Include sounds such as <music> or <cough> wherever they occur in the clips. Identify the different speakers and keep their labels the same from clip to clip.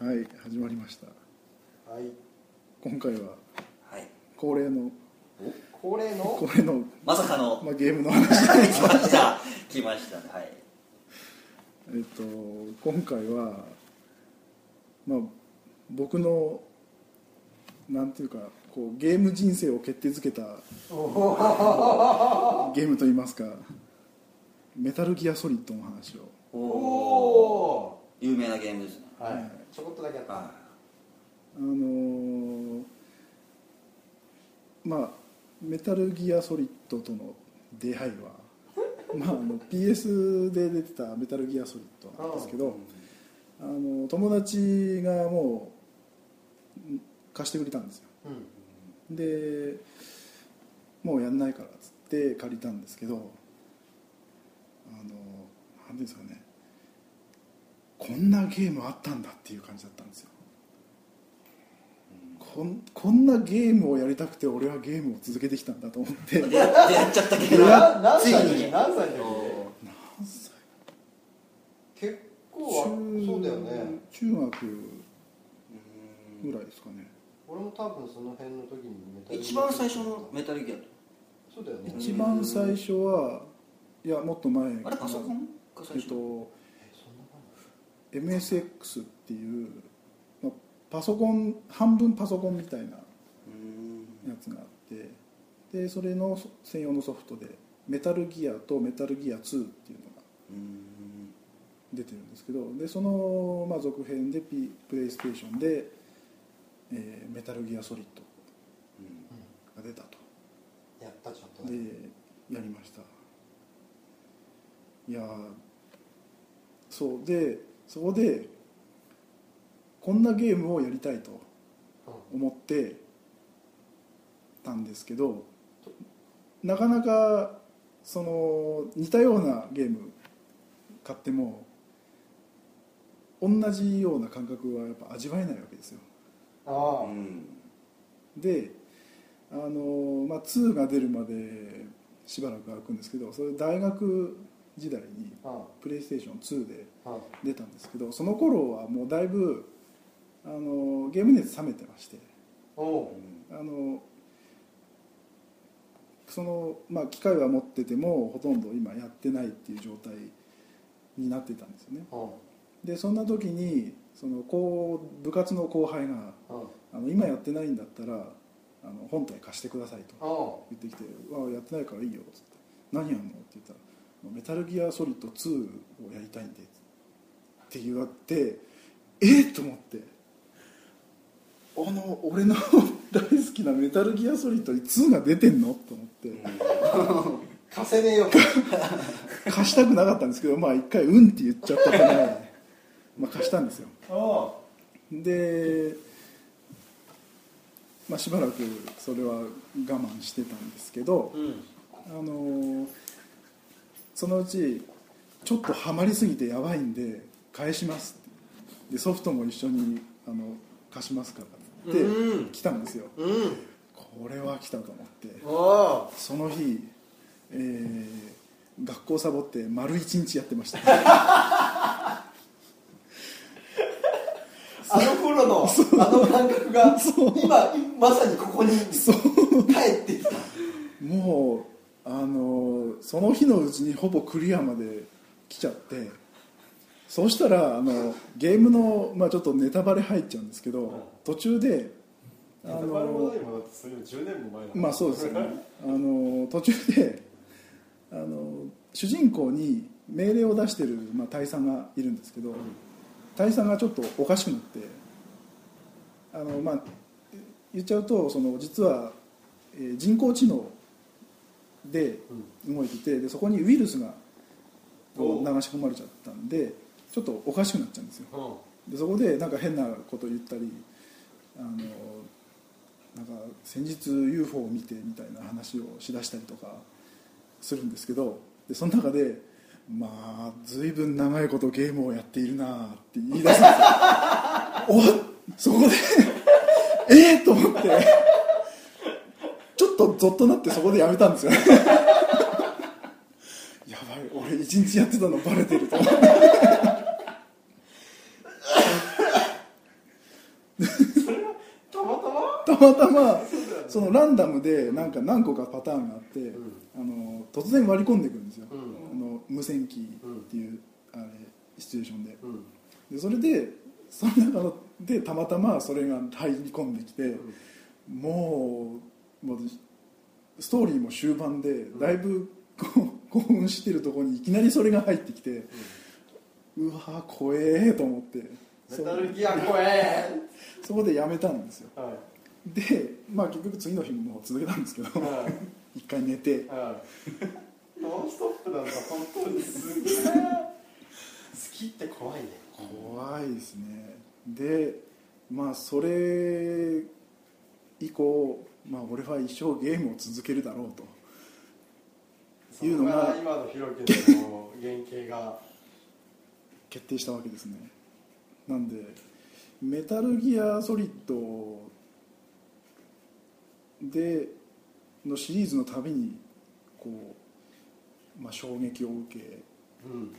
Speaker 1: はい始まりました
Speaker 2: はい
Speaker 1: 今回は
Speaker 3: はい、
Speaker 1: 恒例の
Speaker 2: 恒例の
Speaker 1: 恒例の、
Speaker 3: まさかの、
Speaker 1: まあ、ゲームの話 <laughs>
Speaker 3: 来ました、来ましたね、はい、
Speaker 1: えっと今回はまあ僕のなんていうかこうゲーム人生を決定づけたゲームといいますかメタルギアソリッドの話を
Speaker 3: お
Speaker 2: お
Speaker 3: お、
Speaker 2: お
Speaker 3: 有名なゲームですね、
Speaker 2: ーは
Speaker 1: はい
Speaker 2: いちょこっとだけやった
Speaker 3: は
Speaker 1: あのーまあメタルギアソリッドとの出会いはまああの PS で出てたメタルギアソリッドなんですけどあの友達がもうん貸してくれたんですよ
Speaker 2: うん
Speaker 1: でもうやんないからっつって借りたんですけどあの何ていうんですかねこんなゲームあったんだっていう感じだったんですよこんこんなゲームをやりたくて俺はゲームを続けてきたんだと思って
Speaker 3: い、で出会っちゃったけど
Speaker 2: な何
Speaker 3: つい
Speaker 2: 歳の
Speaker 3: に
Speaker 2: 時
Speaker 3: ね、
Speaker 2: 何歳の時
Speaker 3: お
Speaker 1: 何歳
Speaker 2: 結構あそうだよね
Speaker 1: 中学ぐらいですかね
Speaker 2: 俺も多分その辺の時にメタルギア
Speaker 3: 一番最初のメタルギアと、
Speaker 2: そうだよね
Speaker 1: 一番最初はいやもっと前
Speaker 3: あれ、パソコンが
Speaker 1: え
Speaker 3: 最
Speaker 1: っ
Speaker 3: 初、
Speaker 1: と
Speaker 2: えそんな感
Speaker 1: MSX っていう、まあ、パソコン半分パソコンみたいな
Speaker 3: うーん
Speaker 1: やつがあってでそれの専用のソフトで「メタルギア」と「メタルギア2」っていうのが
Speaker 3: うーん
Speaker 1: 出てるんですけどでその、まあ、続編で、P、プレイステーションで、えーメタルギアソリッド」
Speaker 3: う
Speaker 1: が
Speaker 3: ん
Speaker 1: 出たと
Speaker 2: じやったちょっとだ
Speaker 1: で
Speaker 2: け
Speaker 1: やりましたいやーそうでそこでこんなゲームをやりたいと
Speaker 2: うん
Speaker 1: 思ってたんですけどなかなかその似たようなゲーム買っても同じような感覚はやっぱ味わえないわけですよ
Speaker 2: あ
Speaker 3: う
Speaker 2: あ
Speaker 3: ん
Speaker 1: であの、まあ、2が出るまでしばらく空くんですけどそれ大学時代に
Speaker 2: あ
Speaker 1: プレイステーション2で
Speaker 2: ああ
Speaker 1: 出たんですけどその頃はもうだいぶあのゲーム熱冷めてまして
Speaker 2: お
Speaker 3: う
Speaker 2: お
Speaker 3: ん
Speaker 1: あのその、まあ、機械は持っててもほとんど今やってないっていう状態になってたんですよねでそんな時にそのこう部活の後輩が
Speaker 2: ああ
Speaker 1: あの今やってないんだったらあの本体貸してくださいと
Speaker 2: ああ
Speaker 1: 言ってきて「わあやってないからいいよ」っつって「何やんの?」って言ったら「メタルギアソリッド2をやりたいんで」って言われてえっと思ってあの俺の大好きなメタルギアソリッドに2が出てんのと思って
Speaker 2: 貸せねえよ
Speaker 1: 貸したくなかったんですけどまあ一回「うん」って言っちゃったから、まあ、貸したんですよ
Speaker 2: あ
Speaker 1: で、まあ、しばらくそれは我慢してたんですけど
Speaker 2: あうん
Speaker 1: あのーそのうちちょっとハマりすぎてやばいんで返しますってでソフトも一緒にあの貸しますからって
Speaker 2: うん
Speaker 1: 来たんですよ
Speaker 2: うん
Speaker 1: これは来たと思って
Speaker 2: ああ
Speaker 1: その日、えー学校サボって丸一日やってました
Speaker 2: あの頃のあの感覚が今まさにここに帰ってきた
Speaker 1: もう、あのーその日のうちにほぼクリアまで来ちゃってそうしたら、あのゲームの、まあ、ちょっとネタバレ入っちゃうんですけど、途中で、あのー
Speaker 2: 今だってそれも10年も前だ
Speaker 1: まあそうですよね、あの途中で、あの主人公に命令を出してる、まあ、大佐がいるんですけど、大佐がちょっとおかしくなってあの、まあ、言っちゃうとその実は、えー人工知能で動いててでそこにウイルスがこう流し込まれちゃったんでちょっとおかしくなっちゃうんですよ。
Speaker 2: うん
Speaker 1: でそこでなんか変なこと言ったりあのなんか先日 UFO を見てみたいな話をしだしたりとかするんですけどでその中でまあ随分長いことゲームをやっているなあって言い出すんですよ <laughs> おそこで <laughs> ええと思ってちょっとゾッとなってそこでやめたんですよね <laughs> やばい俺一日やってたのバレてると思ってまたまそのランダムでなんか何個かパターンがあって、
Speaker 2: うん
Speaker 1: あの突然割り込んでくるんですよ、
Speaker 2: うん
Speaker 1: あの無線機っていう、あれシチュエーションで
Speaker 2: うん
Speaker 1: でそれでその中のでたまたまそれが入り込んできて、もうもうストーリーも終盤で
Speaker 2: ん
Speaker 1: だいぶこう興奮してるところにいきなりそれが入ってきて、うわー怖えと思って
Speaker 2: メ
Speaker 1: そ
Speaker 2: タルギア怖え
Speaker 1: そこでやめたんですよ
Speaker 2: は
Speaker 1: で、まあ、結局次の日も続けたんですけど <laughs>
Speaker 2: いは
Speaker 1: 一回寝て
Speaker 2: いはいノンストップなんだ本当にすげえ好きって怖いね
Speaker 1: 怖いですねでまあそれ以降、まあ、俺は一生ゲームを続けるだろうと
Speaker 2: そこが今のヒロキの原型が
Speaker 1: 決定したわけですねなんでメタルギアソリッドでのシリーズのたびにこう、まあ、衝撃を受け
Speaker 2: うん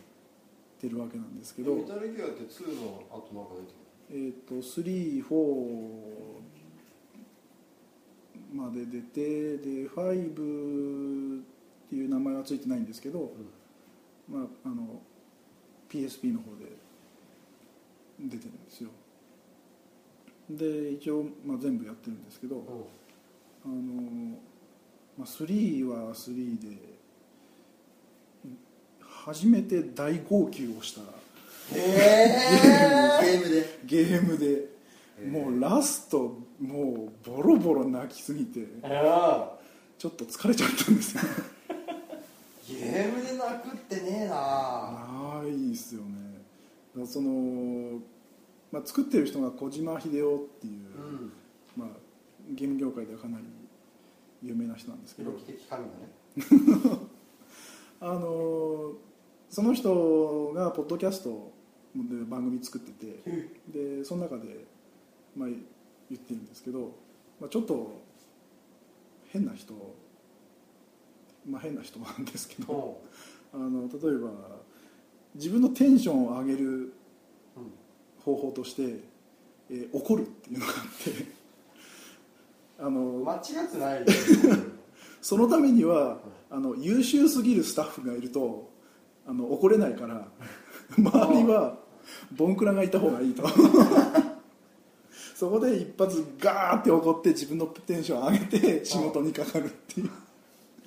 Speaker 1: てるわけなんですけど
Speaker 2: メタルギアって2の後なんか出て
Speaker 1: えっ、と34まで出てで5っていう名前はついてないんですけど
Speaker 2: く、る
Speaker 1: まあ、あの PSP の方で出てるんですよで一応、まあ、全部やってるんですけど、
Speaker 2: うんうん
Speaker 1: あのまあ、3は3で初めて大号泣をした
Speaker 2: え
Speaker 3: ゲームで
Speaker 1: ゲームでもうラストもうボロボロ泣きすぎて
Speaker 2: えー
Speaker 1: ちょっと疲れちゃったんですよ
Speaker 2: ゲームで泣くってねえな
Speaker 1: ないっすよねだからその、まあ、作ってる人が小島秀夫っていう
Speaker 2: う、ん
Speaker 1: まあ、ゲーム業界ではかなり有名な人なんですけ
Speaker 2: ヒ
Speaker 1: ど
Speaker 2: ロキ的神だね
Speaker 1: あのーその人がポッドキャストで番組作っててでその中で、まあ、言ってるんですけど、まあ、ちょっと変な人、まあ、変な人なんですけ
Speaker 2: うん
Speaker 1: どあの例えば自分のテンションを上げる
Speaker 2: うん
Speaker 1: 方法として、えー怒るっていうのがあってあの
Speaker 2: 間違ってないよ
Speaker 1: そのためにはあの優秀すぎるスタッフがいるとあの怒れないから
Speaker 2: <laughs>
Speaker 1: 周りはボンクラがいた方がいいとそこで一発ガーって怒って自分のテンション上げて仕事にかかるっていう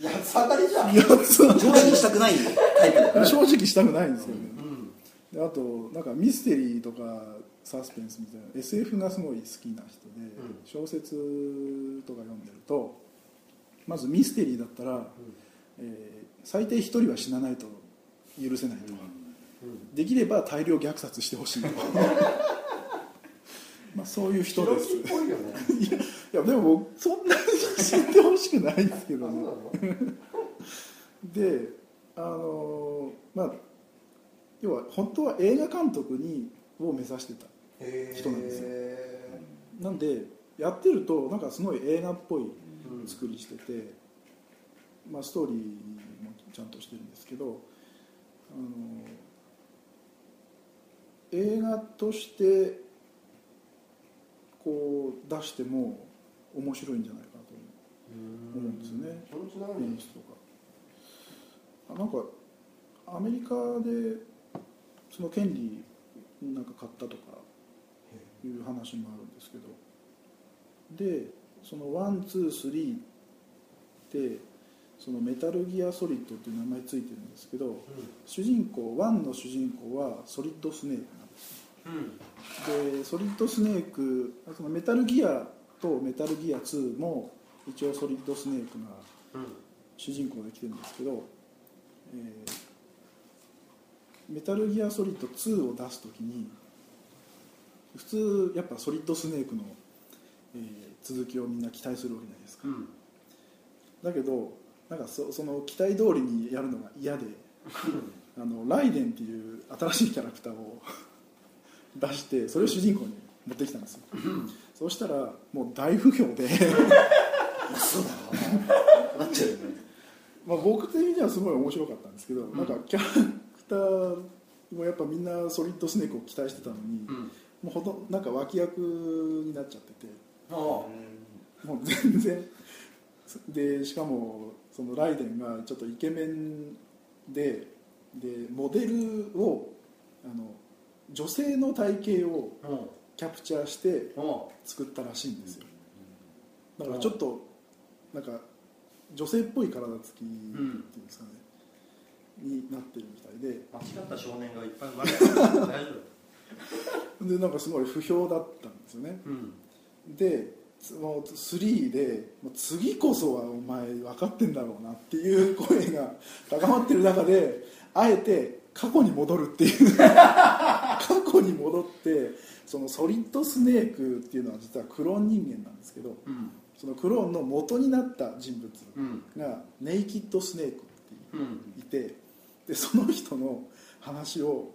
Speaker 2: 八つ当たりじゃん
Speaker 1: いやそう
Speaker 3: 上手にしたくないタイプだ
Speaker 1: <laughs>
Speaker 3: よ
Speaker 1: 正直したくないんですよね
Speaker 2: うん
Speaker 1: であとなんかミステリーとかサスペンスみたいな SF がすごい好きな人で、
Speaker 2: うん
Speaker 1: 小説とか読んでるとまずミステリーだったら、えー最低1人は死なないと許せないとか、
Speaker 2: うん
Speaker 1: できれば大量虐殺してほしいとか <laughs> まあそういう
Speaker 2: ヒ
Speaker 1: 人
Speaker 2: ロ
Speaker 1: で
Speaker 2: キ
Speaker 1: す
Speaker 2: っぽいよね
Speaker 1: いやいやでも僕そんなに死んでほしくないんですけ
Speaker 2: あそ
Speaker 1: ど
Speaker 2: うな
Speaker 1: ね
Speaker 2: の
Speaker 1: であのーまあ要は本当は映画監督にを目指してた
Speaker 2: へ
Speaker 1: 人なんですよ
Speaker 2: え
Speaker 1: なんでやってるとなんかすごい映画っぽい
Speaker 2: うん
Speaker 1: 作りしてて、まあ、ストーリーもちゃんとしてるんですけどあの映画としてこう出しても面白いんじゃないかなと思うんですよね。
Speaker 2: そのうちなの
Speaker 1: 演
Speaker 2: に
Speaker 1: 出とかあなんかアメリカでその権利なんか買ったとかいう話もあるんですけどでそのワンツースリーってそのメタルギアソリッドっていう名前ついてるんですけど主人公ワンの主人公はソリッドスネークなんです
Speaker 2: うんうん
Speaker 1: でソリッドスネークそのメタルギアとメタルギア2も一応ソリッドスネークが
Speaker 2: うん
Speaker 1: 主人公が来てるんですけど、えーメタルギアソリッド2を出す時に普通やっぱソリッドスネークの、えー続きをみんな期待するわけじゃないですか
Speaker 2: うん
Speaker 1: だけどなんかそその期待通りにやるのが嫌であのライデンっていう新しいキャラクターを <laughs> 出してそれを主人公に持ってきたんですよそうしたらもう大不評で <laughs>
Speaker 3: そうだろうなっちゃうよね
Speaker 1: まあ僕的にはすごい面白かったんですけど、なんかキャラクターもやっぱみんなソリッドスネークを期待してたのに、
Speaker 2: うん
Speaker 1: もうほとんどなんか脇役になっちゃってて
Speaker 2: ああ
Speaker 1: もう全然でしかもそのライデンがちょっとイケメンででモデルをあの女性の体型を
Speaker 2: うんうん
Speaker 1: キャプチャーして作ったらしいんですよだからちょっとなんか女性っぽい体つきっていうんですかね、になってるみたいで
Speaker 2: 間違った少年がいっぱい生まれてるから大丈夫
Speaker 1: でなんかすごい不評だったんですよね
Speaker 2: うん
Speaker 1: でその3でもう次こそはお前分かってんだろうなっていう <laughs> 声が高まってる中であえて過去に戻るっていう <laughs> 過去に戻ってそのソリッドスネークっていうのは実はクローン人間なんですけど
Speaker 2: うん
Speaker 1: そのクローンの元になった人物
Speaker 2: うん
Speaker 1: がネイキッドスネークっていう
Speaker 2: うん
Speaker 1: いてでその人の話を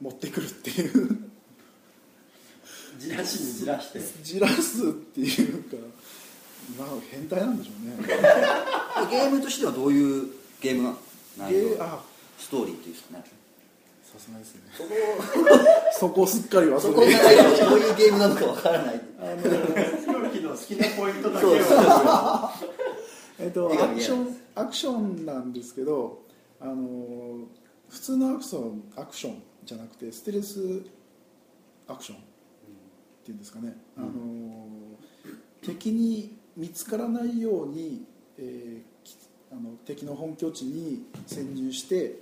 Speaker 1: 持ってくるっていう
Speaker 2: じらしにじらして
Speaker 1: じらすっていうかまあ変態なんでしょうね
Speaker 3: ゲームとしてはどういうゲームなん内
Speaker 1: え
Speaker 3: 容
Speaker 1: ー、あ
Speaker 3: ストーリーっていうんですかね
Speaker 1: さすがですね
Speaker 3: そこ
Speaker 1: そこすっかり
Speaker 3: そ
Speaker 1: 忘
Speaker 3: こ
Speaker 1: れて
Speaker 3: がどういうゲームなのかわからない
Speaker 2: ヒロキの好きなポイントだけを
Speaker 3: そうそう
Speaker 1: えっと
Speaker 3: 絵が
Speaker 1: ア
Speaker 3: 見
Speaker 1: ク
Speaker 3: え
Speaker 1: シ
Speaker 3: ない
Speaker 1: ョンアクションなんですけどあのー普通のアクションアクションじゃなくてステレスアクションっていうんですかね、あのー敵に見つからないように、えーきあの敵の本拠地に潜入して、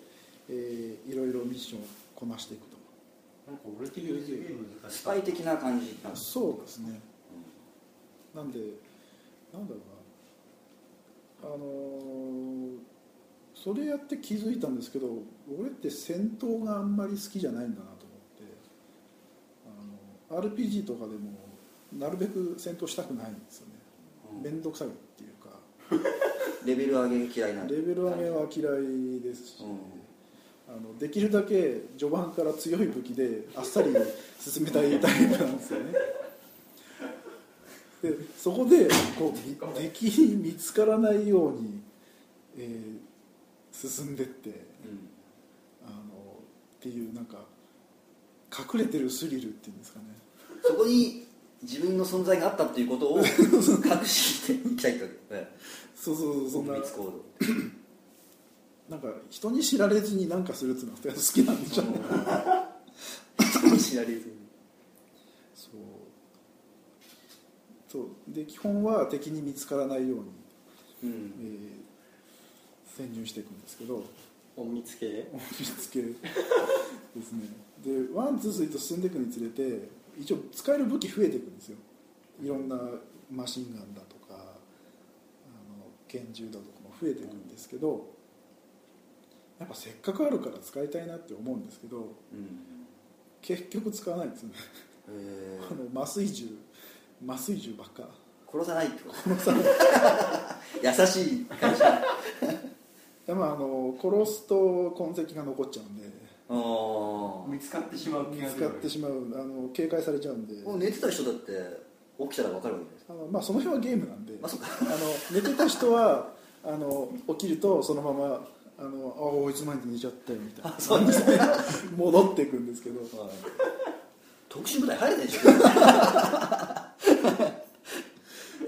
Speaker 1: えーいろいろミッションをこなしていくと
Speaker 2: なんか俺的にすげえ難し
Speaker 3: ス
Speaker 2: かっ
Speaker 3: パイ的な感じなんです
Speaker 1: そうですねなんでなんだろうなあのーそれやって気づいたんですけど俺って戦闘があんまり好きじゃないんだなと思ってあの RPG とかでもなるべく戦闘したくないんですよね
Speaker 3: う
Speaker 1: 面倒くさいっていうか
Speaker 3: んレベル上げ嫌いなんで
Speaker 1: レベル上げは嫌いですし、
Speaker 3: う
Speaker 1: あのできるだけ序盤から強い武器であっさり進めたいタイプなんですよねでそこでこうみ敵に見つからないように、えー進んでって
Speaker 3: ん
Speaker 1: あのっていうなんか隠れてるスリルっていうんですかね
Speaker 3: そこに自分の存在があったっていうことを隠していきたいってわけね
Speaker 1: そうそうそうそんな
Speaker 3: 隠密行動
Speaker 1: なんか人に知られずになんかするっていうのは好きなんでしょうね
Speaker 3: 人に知られずに
Speaker 1: そうそうで基本は敵に見つからないように
Speaker 3: う
Speaker 1: え
Speaker 3: ん
Speaker 1: ー潜入していくんですけど
Speaker 2: た隠密系
Speaker 1: 見つけですねでワンツースリーと進んでいくにつれて一応使える武器増えていくんですよいろんなマシンガンだとかあの拳銃だとかも増えていくんですけどやっぱせっかくあるから使いたいなって思うんですけど
Speaker 3: うん
Speaker 1: 結局使わないんですよね
Speaker 3: え
Speaker 1: あ
Speaker 3: ー
Speaker 1: の麻酔銃麻酔銃ばっか
Speaker 3: 殺さないってこと
Speaker 1: 殺さない
Speaker 3: 優しい感じ
Speaker 1: でもあの殺すと痕跡が残っちゃうんで
Speaker 3: ああも
Speaker 2: 見つかってしまう気
Speaker 1: 見
Speaker 2: が
Speaker 1: つ
Speaker 2: す
Speaker 1: か
Speaker 2: る
Speaker 1: ってしまうあの警戒されちゃうんで
Speaker 3: う寝てた人だって起きたら分かるわけじゃないですか
Speaker 1: あの、まあ、その辺はゲームなんで
Speaker 3: あそっか
Speaker 1: あの寝てた人は <laughs> あの起きるとそのままあのああいつまで寝ちゃったよみたいな
Speaker 3: そうですね
Speaker 1: <laughs> 戻っていくんですけど
Speaker 3: 特殊部隊入れない
Speaker 1: <laughs>
Speaker 3: でしょ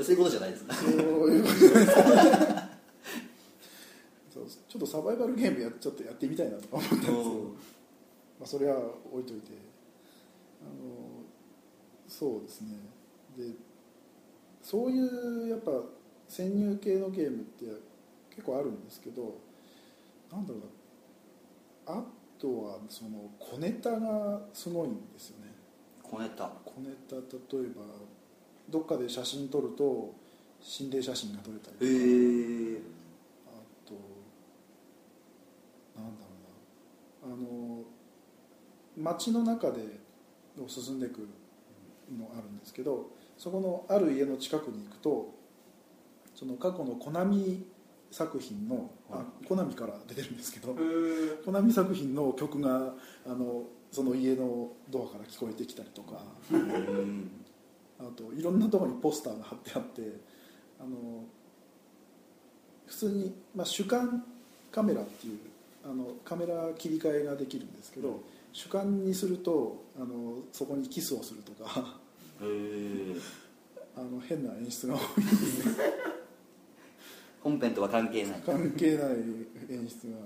Speaker 3: そういうことじゃないですか
Speaker 1: そういうことじゃないですかねそうちょっとサバイバルゲームやっちょっとやってみたいなとか思ったんですけど、まあ、それは置いといてあのそうですねでそういうやっぱ潜入系のゲームって結構あるんですけどなんだろうなあとはその小ネタがすごいんですよね
Speaker 3: こねた
Speaker 1: 小ネタ例えばどっかで写真撮ると心霊写真が撮れたりとか、
Speaker 3: へえ
Speaker 1: あとなんだろうなあの街の中でを進んでいくのあるんですけどそこのある家の近くに行くとその過去のコナミ作品の、
Speaker 3: は
Speaker 1: あコナミから出てるんですけど、
Speaker 2: へー
Speaker 1: コナミ作品の曲があのその家のドアから聞こえてきたりとか。あといろんなところにポスターが貼ってあってあの普通に、まあ、主観カメラっていうあのカメラ切り替えができるんですけど、
Speaker 3: うん
Speaker 1: 主観にするとあのそこにキスをするとか
Speaker 3: へえ
Speaker 1: <laughs> あの変な演出が多い
Speaker 3: 本編とは関係ない
Speaker 1: 関係ない演出が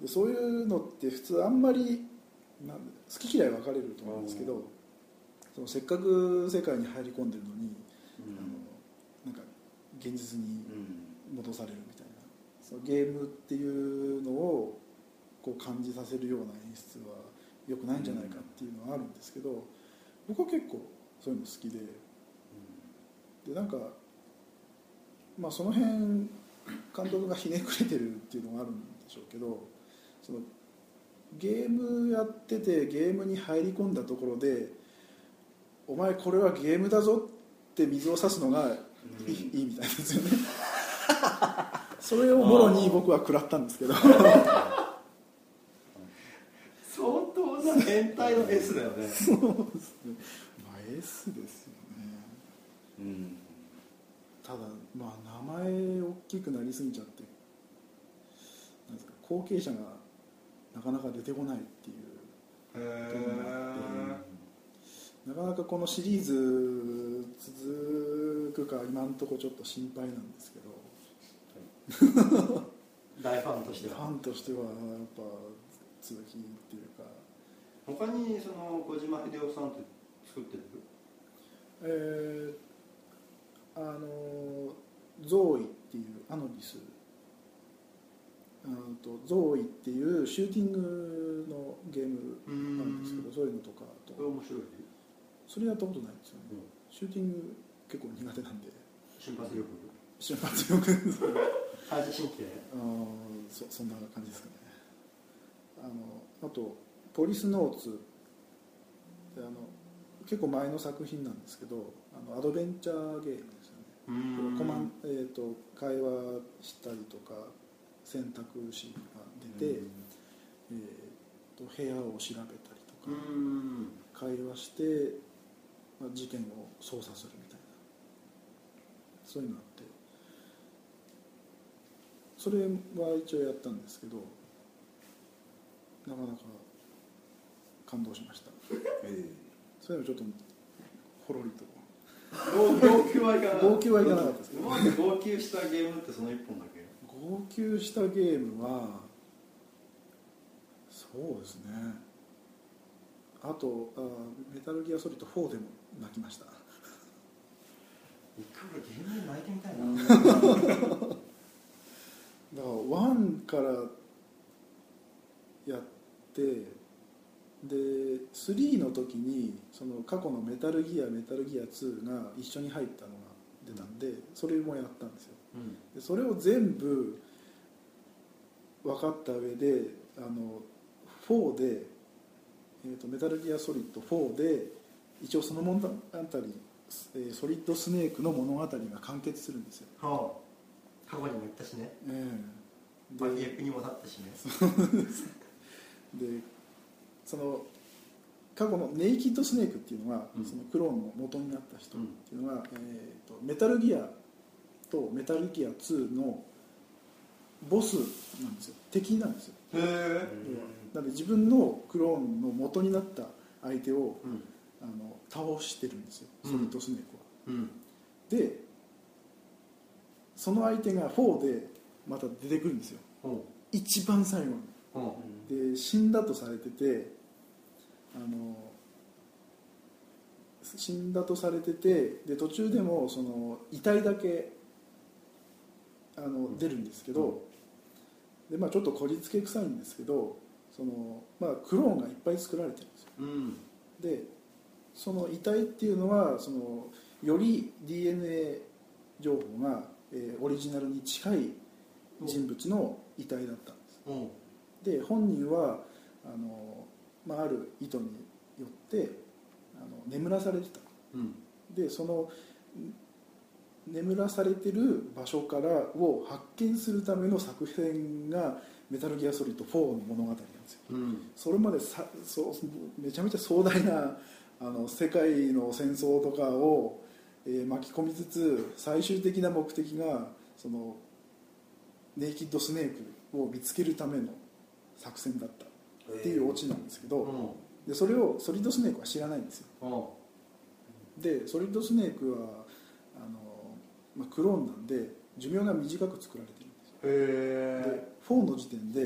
Speaker 1: でそういうのって普通あんまりなん好き嫌い分かれると思うんですけどそのせっかく世界に入り込んでるのに、
Speaker 3: うん
Speaker 1: あのなんか現実に
Speaker 3: うん
Speaker 1: 戻されるみたいなそのゲームっていうのをこう感じさせるような演出は良くないんじゃないかっていうのはあるんですけど、僕は結構そういうの好きででなんか、まあ、その辺監督がひねくれてるっていうのがあるんでしょうけどそのゲームやっててゲームに入り込んだところで「お前これはゲームだぞ」って水を差すのがいい,、いいみたいなんですよねそれをもろに僕は食らったんですけど
Speaker 2: 相当な変態の S だよね
Speaker 1: まあ S ですよね
Speaker 3: うん
Speaker 1: ただまあ名前大きくなりすぎちゃってなんですか後継者がなかなか出てこないっていう
Speaker 2: へー
Speaker 1: なかなかこのシリーズ続くか今のところちょっと心配なんですけど
Speaker 2: 大ファンとして
Speaker 1: フ
Speaker 2: は
Speaker 1: ァンとしてはやっぱ続きっていうか、
Speaker 2: 他にその小島秀夫さんって作ってる
Speaker 1: えー、あのゾーイっていうアノビスうんとゾーイっていうシューティングのゲーム
Speaker 2: う
Speaker 1: なんですけど
Speaker 2: ん
Speaker 1: そういうのとかあ
Speaker 2: これ
Speaker 1: と
Speaker 2: 面白い
Speaker 1: それやったことないんですよね、シューティング結構苦手なんで <laughs>
Speaker 2: 瞬発力
Speaker 1: 瞬発力
Speaker 2: 反射神経
Speaker 1: あのそそんな感じですかねあのあと「ポリスノーツ」ってあの結構前の作品なんですけどあのアドベンチャーゲームですよね
Speaker 2: コ
Speaker 1: コマン、えー、と会話したりとか選択肢が出て、えー、と部屋を調べたりとか、
Speaker 2: うん
Speaker 1: 会話して、まあ、事件を捜査するみたいなそういうのあってそれは一応やったんですけどなかなか感動しま
Speaker 2: <laughs>
Speaker 1: したそれはちょっとほろりと
Speaker 2: 号号泣はいかない
Speaker 1: 号泣はいかなかったですけど
Speaker 2: 今まで号泣したゲームってその一本だけ
Speaker 1: 号泣したゲームはそうですねあとあメタルギアソリッド4でも泣きました
Speaker 2: いくらゲームで泣いてみたいな
Speaker 1: だからワンからやってで3の時にその過去の「メタルギア」「メタルギア2」が一緒に入ったのが出たんでそれもやったんですよ
Speaker 2: うん
Speaker 1: でそれを全部分かった上であの4で、えーと「メタルギアソリッド4」で一応その物語、えーソリッドスネークの物語が完結するんですよ、
Speaker 2: はあ過去にも言ったしね
Speaker 1: ええ
Speaker 2: 脇役にもなったしね
Speaker 1: でその過去のネイキッドスネークっていうのが、
Speaker 2: うん
Speaker 1: そのクローンの元になった人っていうのが、えー、とメタルギアとメタルギア2のボスなんですよ敵なんですよ、
Speaker 2: へえ
Speaker 1: なので自分のクローンの元になった相手を
Speaker 2: うん
Speaker 1: あの倒してるんですよ
Speaker 2: う
Speaker 1: ソ
Speaker 2: ん
Speaker 1: リッドスネークは、
Speaker 2: うん
Speaker 1: でその相手が4でまた出てくるんですよ
Speaker 2: うん
Speaker 1: 一番最後に
Speaker 2: うん
Speaker 1: で死んだとされててあの死んだとされててで途中でもその遺体だけあの、
Speaker 2: ん
Speaker 1: 出るんですけど、でまあ、ちょっとこじつけ臭いんですけどその、まあ、クローンがいっぱい作られてるんですよ
Speaker 2: うん
Speaker 1: でその遺体っていうのはそのより DNA 情報が、えーオリジナルに近い人物の遺体だったんです
Speaker 2: うん
Speaker 1: で本人はあの、まあ、ある意図によってあの眠らされてた
Speaker 2: うん
Speaker 1: でそのん眠らされてる場所からを発見するための作編が「メタルギアソリッド4」の物語なんですよ
Speaker 2: うん
Speaker 1: それまでさそうめちゃめちゃ壮大なあの世界の戦争とかを、えー巻き込みつつ最終的な目的がそのネイキッドスネークを見つけるための作戦だったっていうオチなんですけ
Speaker 2: う
Speaker 1: ど、
Speaker 2: ん
Speaker 1: でそれをソリッドスネークは知らないんですよ
Speaker 2: うん
Speaker 1: でソリッドスネークはあの、まあ、クローンなんで寿命が短く作られてるんですよ
Speaker 2: へえ
Speaker 1: で4の時点で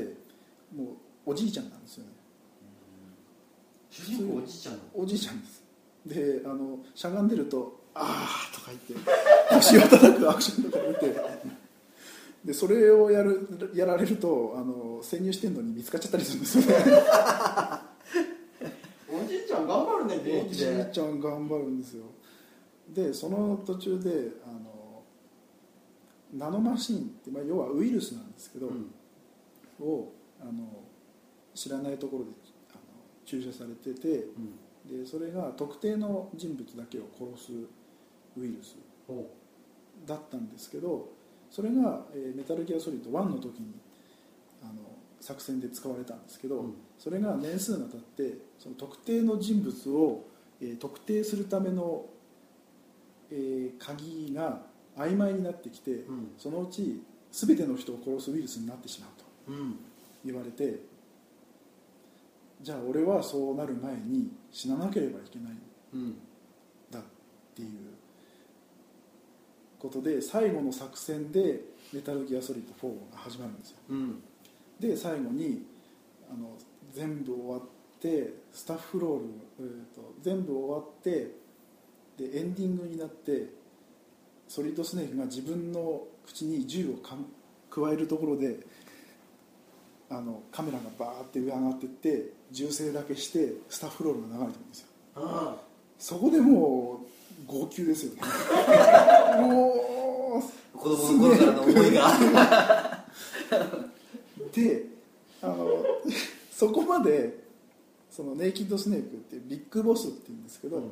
Speaker 1: もうおじいちゃんなんですよね
Speaker 2: 主人公おじいちゃんなの
Speaker 1: おじいちゃんですであのしゃがんでると「ああ」とか言って腰を叩くアクションとか見てでそれをやるやられるとあの潜入してんのに見つかっちゃったりするんですよね
Speaker 2: おじいちゃん頑張るね
Speaker 1: お
Speaker 2: 現役
Speaker 1: じい
Speaker 2: で
Speaker 1: ちゃん頑張るんですよでその途中であのナノマシンって、まあ、要はウイルスなんですけど、
Speaker 2: うん
Speaker 1: をあの知らないところであの注射されてて
Speaker 2: うん
Speaker 1: でそれが特定の人物だけを殺すウイルス
Speaker 2: おう
Speaker 1: だったんですけどそれが、えーメタルギアソリッド1」の時にあの作戦で使われたんですけど、
Speaker 2: うん
Speaker 1: それが年数が経ってその特定の人物を、えー特定するための、えー鍵が曖昧になってきて、
Speaker 2: ん
Speaker 1: そのうち全ての人を殺すウイルスになってしまうと
Speaker 2: うん
Speaker 1: 言われてじゃあ俺はそうなる前に死ななければいけない
Speaker 2: うん
Speaker 1: だっていうことで最後の作戦で「メタルギアソリッド4」が始まるんですよ
Speaker 2: うん
Speaker 1: で最後にあの全部終わってスタッフロール、えーと全部終わってでエンディングになってソリッドスネークが自分の口に銃をかん加えるところであのカメラがバーって上上がってって銃声だけしてスタッフロールが流れてるんですよ
Speaker 2: あ
Speaker 1: そこでもう号泣ですよねもう
Speaker 3: 子供の頃からの思いが <laughs>
Speaker 1: であのそこまでそのネイキッドスネークっていうビッグボスって言うんですけど、
Speaker 2: うん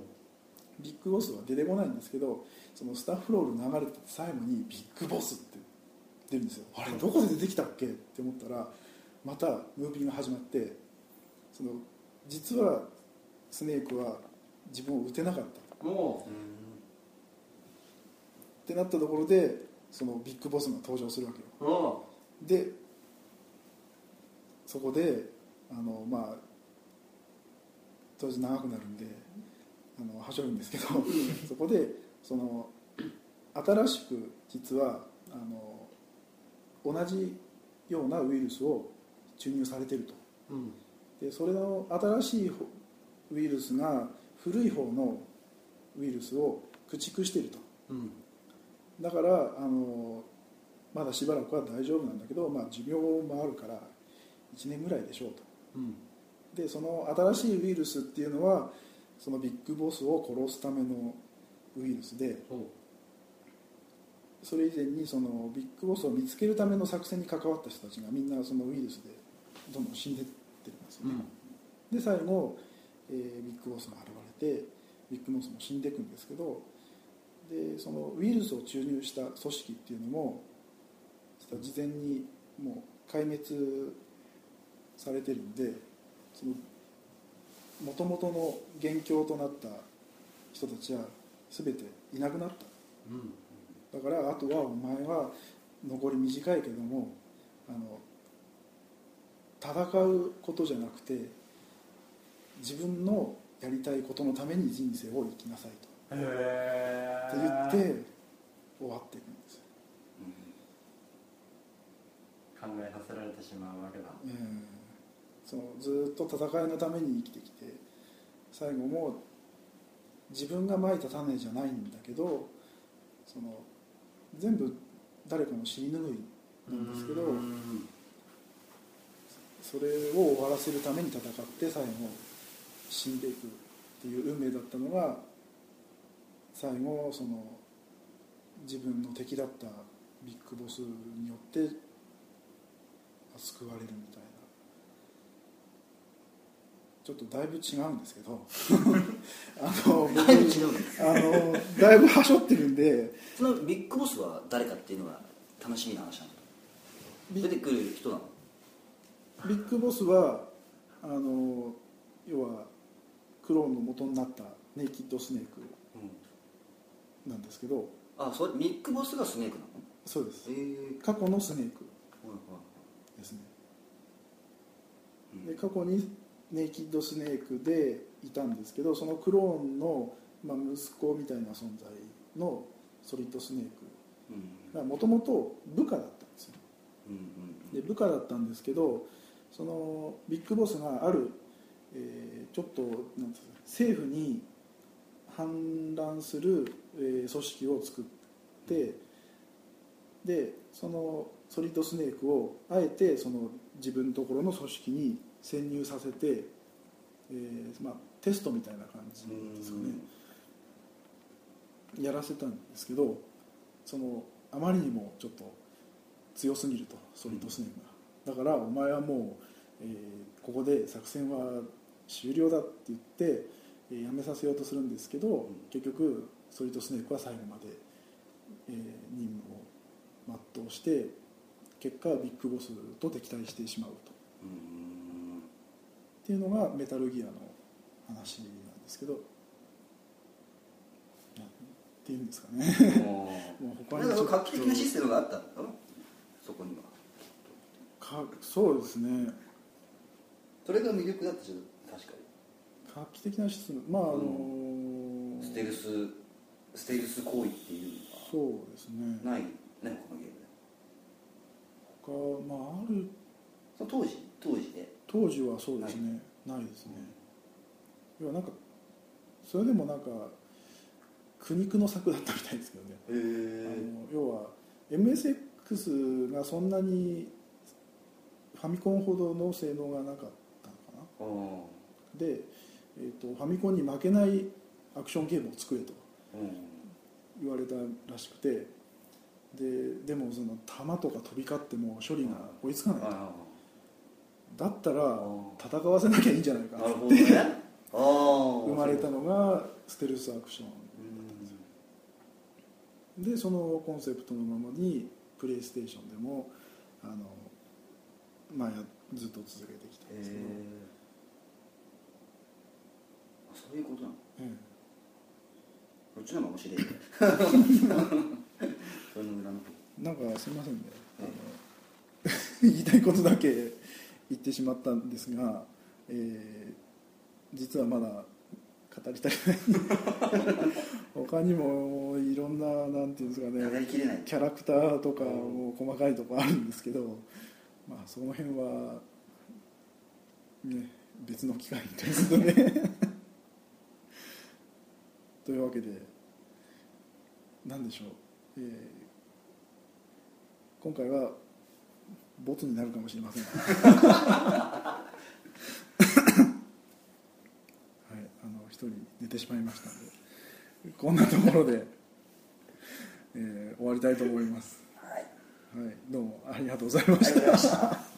Speaker 1: ビッグボスは出てこないんですけどそのスタッフロール流れてて最後にビッグボスって出るんですよあれどこで出てきたっけって思ったらまたムービーが始まってその実はスネークは自分を撃てなかった
Speaker 2: あも
Speaker 1: ってなったところでそのビッグボスが登場するわけよ
Speaker 2: うも
Speaker 1: でそこであのまあ当時長くなるんであのはしょるんですけどそこでその新しく実はあの同じようなウイルスを注入されてると
Speaker 2: ううん
Speaker 1: でそれの新しいウイルスが古い方のウイルスを駆逐してると
Speaker 2: うん
Speaker 1: だからあのまだしばらくは大丈夫なんだけど、まあ、寿命もあるから1年ぐらいでしょうと
Speaker 2: うん
Speaker 1: でその新しいウイルスっていうのはそのビッグボスを殺すためのウイルスで
Speaker 2: おう
Speaker 1: それ以前にそのビッグボスを見つけるための作戦に関わった人たちがみんなそのウイルスでどんどん死んでってるんですよね、で最後、えービッグボスが現れてビッグボスも死んでいくんですけどでそのウイルスを注入した組織っていうのも実は事前にもう壊滅されてるんでその元々の元凶となった人たちは全ていなくなった
Speaker 2: うん
Speaker 1: だからあとはお前は残り短いけどもあの戦うことじゃなくて自分のやりたいことのために人生を生きなさいと
Speaker 2: へ
Speaker 1: っ
Speaker 2: え
Speaker 1: て言って終わっていくんですよ、
Speaker 2: 考えさせられてしまうわけだ
Speaker 1: ええそのずっと戦いのために生きてきて最後も自分がまいた種じゃないんだけどその全部誰かの尻拭いなんですけど、
Speaker 2: うん
Speaker 1: それを終わらせるために戦って最後死んでいくっていう運命だったのが最後その自分の敵だったビッグボスによって救われるみたいなちょっとだいぶ違うんですけどあの僕
Speaker 3: だいぶ違うんです
Speaker 1: あのだいぶはしょってるんで
Speaker 3: そのビッグボスは誰かっていうのが楽しみな話なの
Speaker 1: ビ
Speaker 3: 出てくる人なの
Speaker 1: ビッグボスはあの要はクローンの元になったネイキッドスネークなんですけど
Speaker 3: あそれビッグボスがスネークなの
Speaker 1: そうです
Speaker 3: ええ
Speaker 1: 過去のスネークですねで過去にネイキッドスネークでいたんですけどそのクローンのまあ、息子みたいな存在のソリッドスネーク
Speaker 3: うん
Speaker 1: がもともと部下だったんですよ
Speaker 3: うん
Speaker 1: で部下だったんですけどそのビッグボスがある、えーちょっとなんていうんですか政府に反乱する、えー組織を作ってでそのソリッドスネークをあえてその自分のところの組織に潜入させて、えーまあ、テストみたいな感じですかねやらせたんですけどそのあまりにもちょっと強すぎるとソリッドスネークが、だからお前はもう、えーここで作戦は終了だって言って、えーやめさせようとするんですけど、
Speaker 3: ん
Speaker 1: 結局ソリッドスネークは最後まで、えー任務を全うして結果ビッグボスと敵対してしまうと
Speaker 3: うん
Speaker 1: っていうのがメタルギアの話なんですけどなんていうんですかね <laughs>
Speaker 3: <laughs>
Speaker 1: もう
Speaker 3: うん
Speaker 1: 他
Speaker 3: なん
Speaker 1: にちょっと
Speaker 3: かその画期的なシステムがあったんだろそこには
Speaker 1: かそうですね
Speaker 3: それが魅力だったじゃん確か
Speaker 1: 画期的なシステムまああの
Speaker 3: にステルスステルス行為っていう
Speaker 1: そうですね
Speaker 3: のはないね他のゲームで
Speaker 1: 他まあある
Speaker 3: その当時当時で
Speaker 1: 当時はそうですねないですねいやなんかそれでもなんか苦肉の策だったみたいですけどね
Speaker 3: へ
Speaker 1: あ
Speaker 3: え
Speaker 1: の要は MSX がそんなにファミコンほどの性能がなかったのかな
Speaker 3: ああ
Speaker 1: で、えー、とファミコンに負けないアクションゲームを作れと
Speaker 3: うん
Speaker 1: 言われたらしくてででもその弾とか飛び交っても処理が追いつかないと
Speaker 3: あ
Speaker 1: だったら
Speaker 3: うん
Speaker 1: 戦わせなきゃいいんじゃない
Speaker 3: あ
Speaker 1: か
Speaker 3: なるほどねああ
Speaker 1: 生
Speaker 3: 生
Speaker 1: まれたのがステルスアクションでそのコンセプトのままにプレイステーションでもあの、まあ、やずっと続けてきたんですけど、
Speaker 3: あそういうことなの
Speaker 1: え
Speaker 3: こっちの方が面白いね <laughs> その裏のこと
Speaker 1: えなんかすみませんね、あの
Speaker 3: え
Speaker 1: <laughs> 言いたいことだけ言ってしまったんですが、えー実はまだ語り足りない他にもいろんななんていうんですかね
Speaker 3: 語りきれない
Speaker 1: キャラクターとかも細かいとこあるんですけど、まあ、その辺は、ね、別の機会ということで <laughs> というわけで何でしょう、えー今回はボツになるかもしれません <laughs> はいあの一人寝てしまいましたのでこんなところで、えー終わりたいと思います
Speaker 3: はい
Speaker 1: はい、どうもありがとうございま
Speaker 3: ありがとう
Speaker 1: した
Speaker 3: ござい。ました